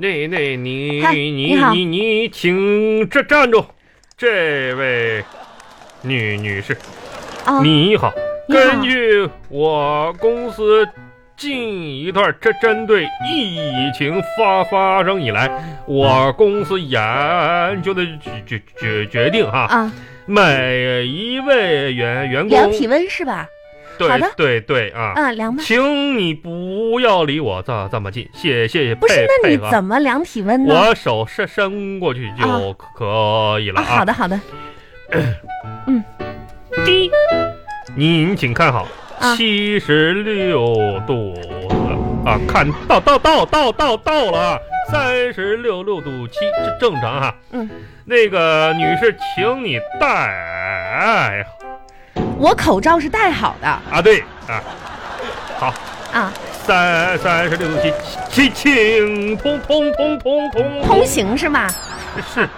对对，你嗨你你好你你，请站站住，这位女女士，啊，你好。你好根据我公司近一段针针对疫情发发生以来，我公司研究的决决决决定哈，啊，每一位员员工量体温是吧？好对的对对啊，嗯，量吧。请你不要离我这这么近，谢谢谢不是配，那你配合。怎么量体温呢？我手伸伸过去就可以了啊，啊。好的好的，滴，您请看好，啊七十六度了啊，看到到到到到到了啊，三十六六度七，这正常哈、嗯，那个女士，请你戴我口罩是戴好的啊，对啊，啊，三三十六度七，请请通通通通通通行是吧？是，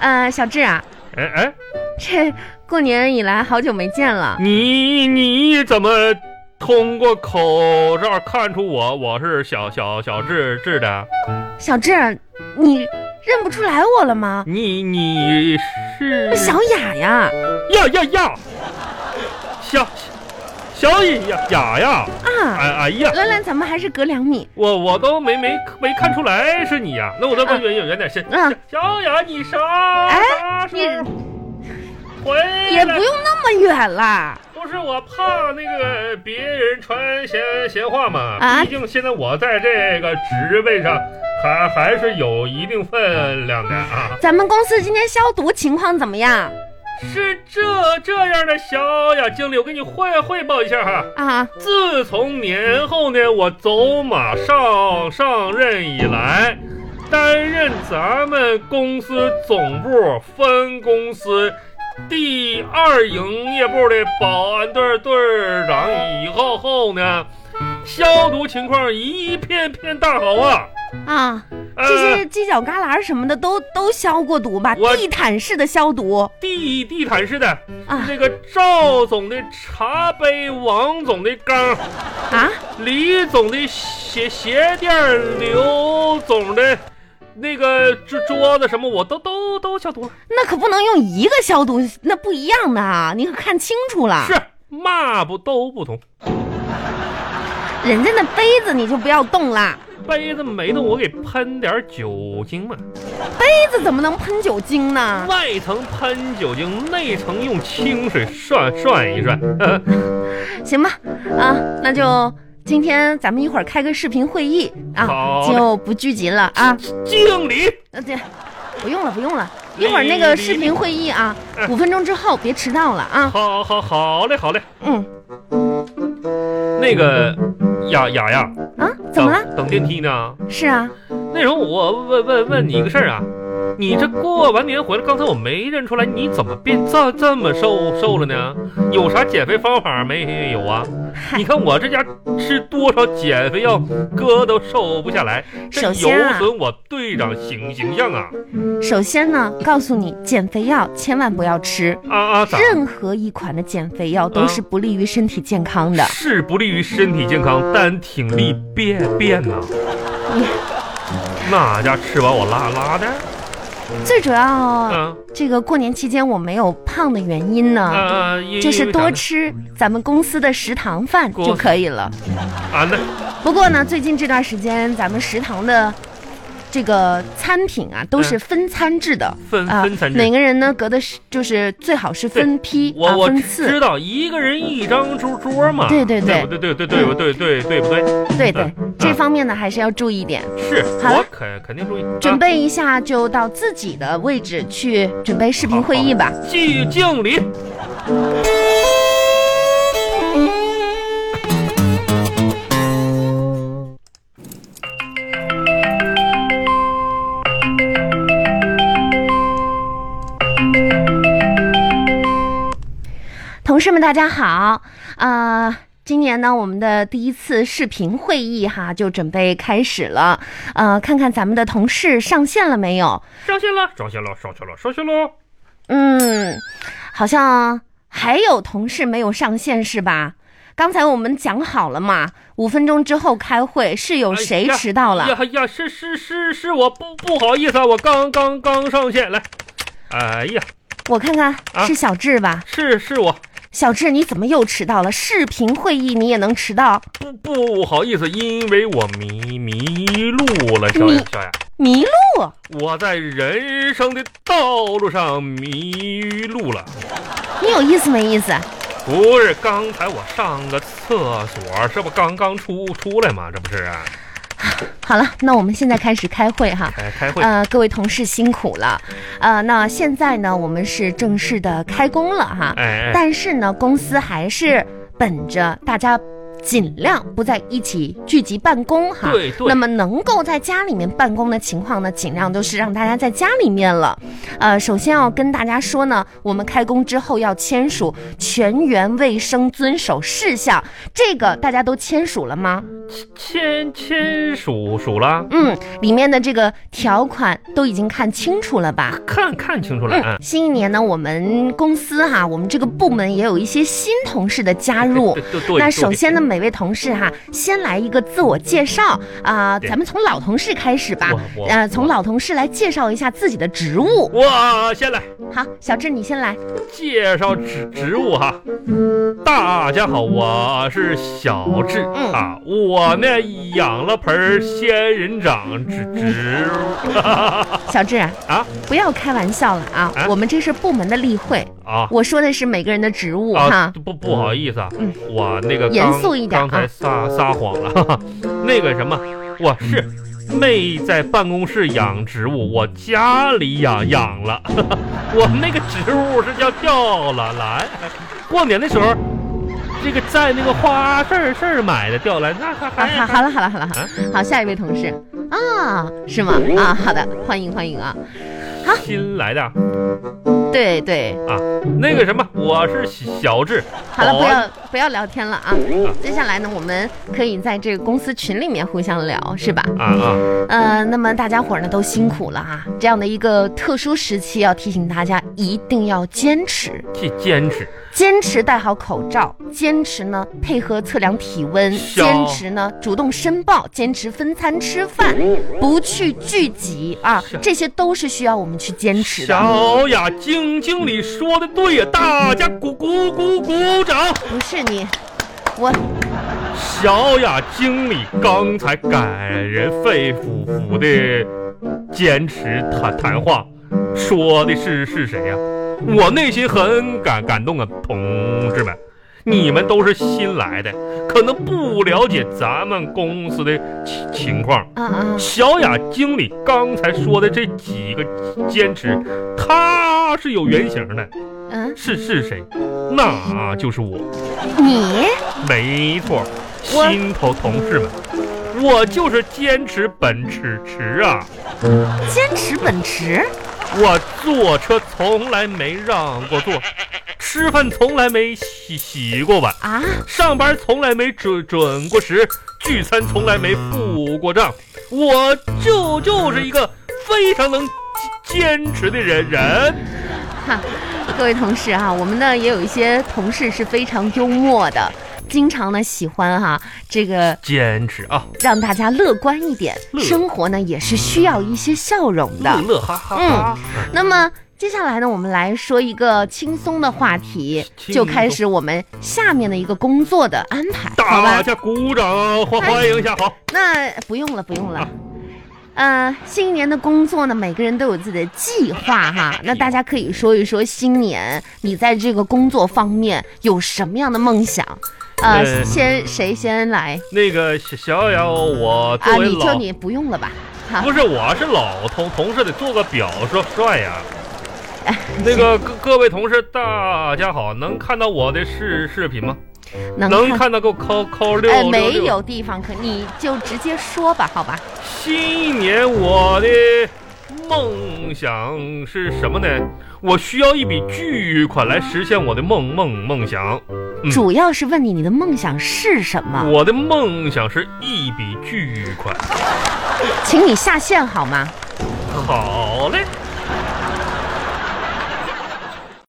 呃，小智啊，哎哎，这过年以来好久没见了，你你怎么？通过口罩看出我我是小小小智智的啊，小智，你认不出来我了吗？你你是我小雅呀，呀呀呀，小小野呀雅呀，啊，哎哎呀，兰兰，咱们还是隔两米。我我都没没没看出来是你呀、那我再啊问远远远点是、啊小雅，你啥哎啥时候回也来？不用那么远啦。不是我怕那个别人传闲闲话嘛，啊毕竟现在我在这个职位上还还是有一定分量的啊。咱们公司今天消毒情况怎么样是这这样的，小雅经理，我跟你汇汇报一下哈。啊？自从年后呢，我走马上上任以来，担任咱们公司总部分公司第二营业部的保安队队长以后后呢，消毒情况一片片大好啊！啊，呃这些犄角旮旯什么的都都消过毒吧？我地毯式的消毒地地毯式的，啊那个赵总的茶杯，王总的缸。啊！李总的鞋鞋垫儿，刘总的那个桌桌子什么，我都都都消毒了。那可不能用一个消毒，那不一样的啊！你可看清楚了，是抹布都不同，人家那杯子你就不要动啦，杯子没动，我给喷点儿酒精嘛。杯子怎么能喷酒精呢？外层喷酒精，内层用清水涮涮一涮。呃行吧，啊，那就今天咱们一会儿开个视频会议啊，好嘞就不聚集了啊。经理，呃，对，不用了，不用了，一会儿那个视频会议啊，嗯五分钟之后别迟到了啊。好好好嘞，好嘞。嗯，那个雅雅雅，啊，怎么了？等？等电梯呢？是啊，那时候我问问问你一个事儿啊，你嗯这过完年回来，刚才我没认出来，你怎么变这这么瘦瘦了呢？有啥减肥方法没有 啊？嗨你，看我这家吃多少减肥药，哥都瘦不下来，这首有先啊损我队长形形象啊！首先呢，告诉你，减肥药千万不要吃，啊啊，咋？任何一款的减肥药都是不利于身体健康的。是不利于身体健康，但挺利便便 呐。那家吃完我拉拉的，最主要，嗯这个过年期间我没有胖的原因啊呢，啊，因就是因多为啥吃咱们公司的食堂饭公就可以了。呢啊，那不过呢，最近这段时间咱们食堂的这个餐品啊，都是分餐制的嗯分啊、分餐制每个人呢隔的是就是最好是分批我啊我分知次，道一个人一张桌桌嘛，对对对对不对对对对不对对对不对？对对，嗯这方面呢还是要注意点，是好了我肯肯定注意。准备一下就到自己的位置去准备视频会议吧。啊季敬礼，同事们，大家好，呃。今年呢，我们的第一次视频会议哈就准备开始了，呃，看看咱们的同事上线了没有？上线了，上线了，上线了，上线喽！嗯，好像还有同事没有上线是吧？刚才我们讲好了嘛，五分钟之后开会，是有谁迟到了？哎呀呀，是是是是，我不不好意思啊，我刚刚刚上线来。哎呀，我看看啊是小智吧？是是我小智，你怎么又迟到了？视频会议你也能迟到？不不好意思，因为我迷迷路了，小你雅小雅，迷路？我在人生的道路上迷路了。你有意思没意思？不是，刚才我上个厕所，这不刚刚出出来吗？这不是啊，好了，那我们现在开始开会哈。开开会。呃，各位同事辛苦了，呃，那现在呢，我们是正式的开工了哈。哎哎，但是呢，公司还是本着大家尽量不在一起聚集办公哈。对对那么能够在家里面办公的情况呢，尽量就是让大家在家里面了。呃，首先要跟大家说呢，我们开工之后要签署全员卫生遵守事项，这个大家都签署了吗？签签署署了，嗯，里面的这个条款都已经看清楚了吧？看看清楚了。嗯，新一年呢，我们公司哈、我们这个部门也有一些新同事的加入 对。对对，那首先呢，对每位同事哈、先来一个自我介绍啊、对咱们从老同事开始吧我我，呃，从老同事来介绍一下自己的职务。我先来好，小智你先来。介绍职职务哈。大家好，我是小智嗯啊，我呢养了盆仙人掌植植物小智啊啊不要开玩笑了啊，啊我们这是部门的例会，啊我说的是每个人的职务哈、啊，不不好意思啊，嗯我那个刚严肃一点啊刚才撒撒谎了，哈 哈，那个什么，我是妹在办公室养植物，我家里养养了， 哈哈，我那个植物是叫吊兰兰，过年的时候。这个在那个花市市买的吊兰，那还还啊，好，好了，好了，好了，好了，好，下一位同事啊，是吗？啊，好的，欢迎，欢迎啊，新来的啊对对，啊，那个什么，我是小智，好了，保不安要不要聊天了啊，接下来呢，我们可以在这个公司群里面互相聊，是吧？啊啊，呃，那么大家伙儿呢都辛苦了啊，这样的一个特殊时期，要提醒大家一定要坚持，去坚持，坚持戴好口罩，坚持呢配合测量体温，小坚持呢主动申报，坚持分餐吃饭，不去聚集啊小，这些都是需要我们去坚持的。小雅经经理说的对呀，大家鼓鼓鼓鼓掌！不是你，我小雅经理刚才感人肺腑腑的坚持谈谈话，说的是是谁呀、我内心很感感动啊，同志们，你们都是新来的，可能不了解咱们公司的情情况。啊啊，小雅经理刚才说的这几个坚持，它是有原型的。嗯，是是谁？那就是我，你没错，我心头同事们，我就是坚持本尺池啊！坚持本职，我坐车从来没让过座，吃饭从来没洗洗过碗，啊，上班从来没准准过时，聚餐从来没付过账，我就就是一个非常能坚持的人人。哈，各位同事哈、我们呢也有一些同事是非常幽默的，经常呢喜欢哈、这个坚持啊，让大家乐观一点，乐生活呢也是需要一些笑容的嗯乐。乐哈哈哈。那么接下来呢，我们来说一个轻松的话题，轻松就开始我们下面的一个工作的安排，好大吧？家鼓掌欢欢迎一下，好。那不用了，不用了啊。呃，新一年的工作呢，每个人都有自己的计划哎哈。那大家可以说一说新年你在这个工作方面有什么样的梦想？呃，呃先谁先来那个小小雅，我啊？作为你老、就你不用了吧？好不，是我是老同同事得做个表说帅 呀、那个各各位同事大家好，能看到我的视视频吗？能能看到给我扣扣六哎，六没六。有地方可，你就直接说吧，好嗯吧？新一年我的梦想是什么呢？我需要一笔巨款来实现我的梦梦梦想。嗯主要是问你你的梦想是什么，我的梦想是一笔巨款。请你下线好吗？好嘞，